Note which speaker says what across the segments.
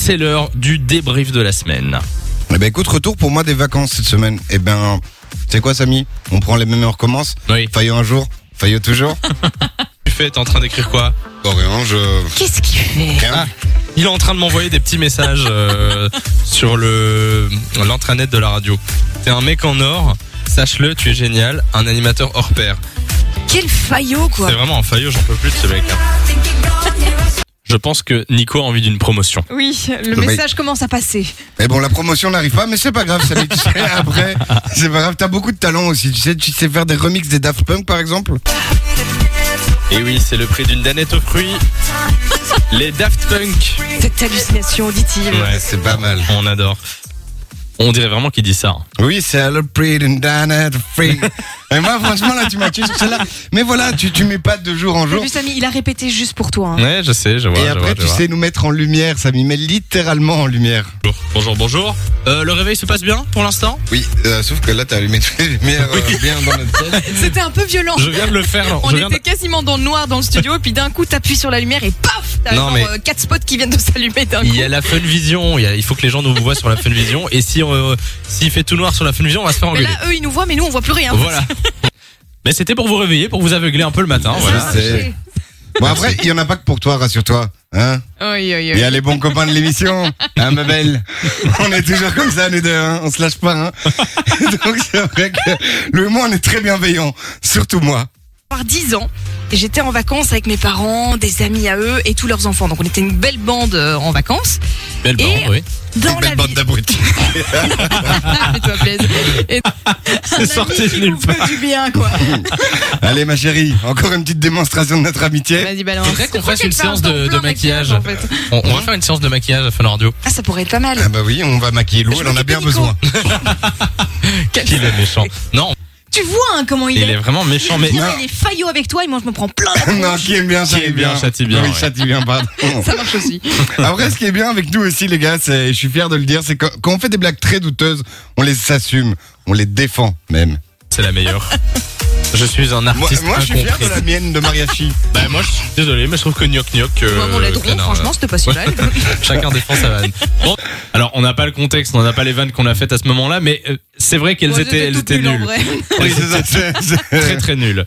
Speaker 1: c'est l'heure du débrief de la semaine.
Speaker 2: Eh ben écoute, retour pour moi des vacances cette semaine. Eh ben, c'est quoi Samy On prend les mêmes et on recommence
Speaker 1: Oui.
Speaker 2: Faillot un jour, faillot toujours
Speaker 1: Tu fais, t'es en train d'écrire quoi
Speaker 2: Bon, rien, je...
Speaker 3: Qu'est-ce qu'il fait
Speaker 2: euh, Rien.
Speaker 1: Il est en train de m'envoyer des petits messages euh, sur le l'intranet de la radio. T'es un mec en or, sache-le, tu es génial, un animateur hors pair.
Speaker 3: Quel faillot quoi
Speaker 1: C'est vraiment un faillot, j'en peux plus de ce mec. hein. Je pense que Nico a envie d'une promotion.
Speaker 3: Oui, le
Speaker 2: Mais-
Speaker 3: message commence à passer.
Speaker 2: Mais Eh bon, la promotion n'arrive pas, mais c'est pas grave, Samy, tu sais, après, c'est pas grave, t'as beaucoup de talent aussi, tu sais, tu sais faire des remixes des Daft Punk par exemple
Speaker 1: Et Eh oui, c'est le prix d'une danette aux fruits. Les Daft Punk.
Speaker 3: Cette hallucination auditive.
Speaker 1: Ouais,
Speaker 2: c'est pas mal.
Speaker 1: On adore. On dirait vraiment qu'il dit ça. hein.
Speaker 2: Oui, c'est Celebrate and Dine at Free. Et moi, franchement, là, tu m'as tué sur celle-là. Mais voilà, tu, tu mets pas de jour en
Speaker 3: T'as
Speaker 2: jour.
Speaker 3: vu Samy, il a répété juste pour toi. hein.
Speaker 1: Ouais, je sais, je vois.
Speaker 2: Et
Speaker 1: je vois,
Speaker 2: après,
Speaker 1: je
Speaker 2: tu
Speaker 1: vois.
Speaker 2: sais nous mettre en lumière, ça m'y met littéralement en lumière.
Speaker 1: Bonjour, bonjour, bonjour. Euh, le réveil se passe bien pour l'instant
Speaker 2: Oui, euh, sauf que là, t'as allumé toutes les lumières euh, bien dans notre tête.
Speaker 3: C'était un peu violent.
Speaker 1: Je viens de le faire.
Speaker 3: On
Speaker 1: je
Speaker 3: était
Speaker 1: viens de-
Speaker 3: quasiment dans le noir dans le studio et puis d'un coup t'appuies sur la lumière et paf T'as
Speaker 1: Non,
Speaker 3: genre
Speaker 1: mais-
Speaker 3: euh, quatre spots qui viennent de s'allumer d'un
Speaker 1: Il
Speaker 3: coup.
Speaker 1: y a la Fun Vision. Il, y a- il faut que les gens nous voient sur la Fun Vision. Et si euh, s'il fait tout noir sur la Fun Vision, on va se faire
Speaker 3: Mais
Speaker 1: engueuler.
Speaker 3: là eux ils nous voient mais nous on voit plus rien.
Speaker 1: Voilà. Mais c'était pour vous réveiller, pour vous aveugler un peu le matin.
Speaker 3: Ça a
Speaker 1: Voilà.
Speaker 2: c'est-
Speaker 3: marché.
Speaker 2: Bon, après, il y en a pas que pour toi, rassure-toi. Hein
Speaker 3: Oi, oi,
Speaker 2: il
Speaker 3: oi.
Speaker 2: y a les bons copains de l'émission, hein ma belle. On est toujours comme ça nous deux, hein on se lâche pas. Hein Donc c'est vrai que le moi on est très bienveillant, surtout moi.
Speaker 3: Par 10 ans. Et j'étais en vacances avec mes parents, des amis à eux et tous leurs enfants. Donc on était une belle bande euh, en vacances.
Speaker 1: Belle
Speaker 3: Et-
Speaker 1: bande, oui.
Speaker 3: Dans la
Speaker 2: belle bande
Speaker 3: ville.
Speaker 2: d'abrutis.
Speaker 3: Fais-toi plaisir. Et-
Speaker 1: C'est sorti de nulle
Speaker 3: On fait
Speaker 1: part.
Speaker 3: du bien quoi.
Speaker 2: Allez ma chérie, encore une petite démonstration de notre amitié.
Speaker 3: Vas-y balance.
Speaker 1: Faudrait qu'on
Speaker 3: Je crois
Speaker 1: fasse
Speaker 3: qu'elle
Speaker 1: une
Speaker 3: fait un
Speaker 1: séance
Speaker 3: temps
Speaker 1: de- de
Speaker 3: plein
Speaker 1: maquillage.
Speaker 3: en fait.
Speaker 1: On, on va faire une séance de maquillage à Fun Radio.
Speaker 3: Ah ça pourrait être pas mal.
Speaker 2: Ah bah oui, on va maquiller Lou,
Speaker 3: Je
Speaker 2: elle en a
Speaker 3: m'occupe
Speaker 2: bien
Speaker 3: de Nico.
Speaker 2: besoin.
Speaker 1: Qu'il est méchant. Non,
Speaker 3: Tu vois hein, comment il,
Speaker 1: il est vraiment méchant, mais
Speaker 3: Il vient, il est faillot avec toi et moi je me prends plein la
Speaker 2: Non, qui aime bien,
Speaker 1: Qui aime
Speaker 2: châtie
Speaker 1: bien, châtie bien,
Speaker 2: Oui,
Speaker 1: ouais.
Speaker 2: châtie bien, pardon.
Speaker 3: Ça marche aussi.
Speaker 1: Euh,
Speaker 2: Après, ce qui est bien avec nous aussi, les gars, c'est, je suis fier de le dire, c'est que quand on fait des blagues très douteuses, on les assume, on les défend même.
Speaker 1: c'est la meilleure. Je suis un
Speaker 2: Moi,
Speaker 1: artiste
Speaker 2: moi, je suis fier
Speaker 1: incompris.
Speaker 2: de la mienne de mariachi.
Speaker 1: Bah, moi, je suis désolé, mais je trouve que gnoc gnoc. euh,
Speaker 3: Moi, mon laidron,
Speaker 1: canard,
Speaker 3: franchement, c'était pas si mal.
Speaker 1: Chacun défend sa vanne. Bon, alors on n'a pas le contexte, on n'a pas les vannes qu'on a faites à ce moment-là, mais euh, c'est vrai qu'elles
Speaker 3: Moi,
Speaker 1: étaient,
Speaker 3: j'étais
Speaker 1: elles
Speaker 3: toute
Speaker 1: étaient
Speaker 3: nulle, en
Speaker 1: nulles.
Speaker 3: vrai.
Speaker 1: Elles
Speaker 2: Oui,
Speaker 1: étaient
Speaker 2: c'est ça, c'est- c'est-
Speaker 1: Bah, très très nulles.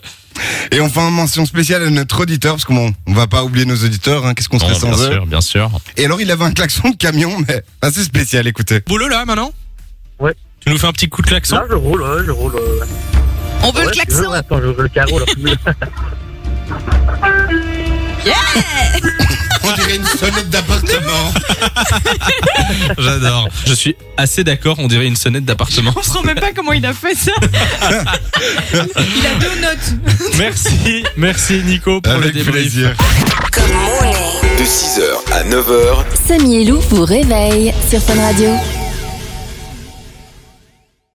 Speaker 2: Et on fait une mention spéciale à notre auditeur, parce qu'on on va pas oublier nos auditeurs, hein, qu'est-ce qu'on
Speaker 1: Non,
Speaker 2: serait
Speaker 1: Oh, bien
Speaker 2: sans eux.
Speaker 1: sûr, bien sûr.
Speaker 2: Et alors, il avait un klaxon de camion, mais assez spécial, écoutez.
Speaker 1: Bouleux là maintenant.
Speaker 4: Ouais.
Speaker 1: Tu nous fais un petit coup de klaxon.
Speaker 4: Là, je roule, ouais, je roule. euh,
Speaker 3: On veut
Speaker 4: ouais,
Speaker 3: le
Speaker 4: si tu
Speaker 3: klaxon.
Speaker 4: veux, Attends, je veux le carreau, là.
Speaker 2: On dirait une sonnette d'appartement.
Speaker 1: J'adore. Je suis assez d'accord. On dirait une sonnette d'appartement.
Speaker 3: On se rend même pas comment il a fait ça. il a deux notes.
Speaker 1: Merci, merci Nico pour
Speaker 2: Avec
Speaker 1: le débrief.
Speaker 2: plaisir.
Speaker 5: De 6h à 9h,
Speaker 6: Samy et Lou vous réveille sur Fun Radio.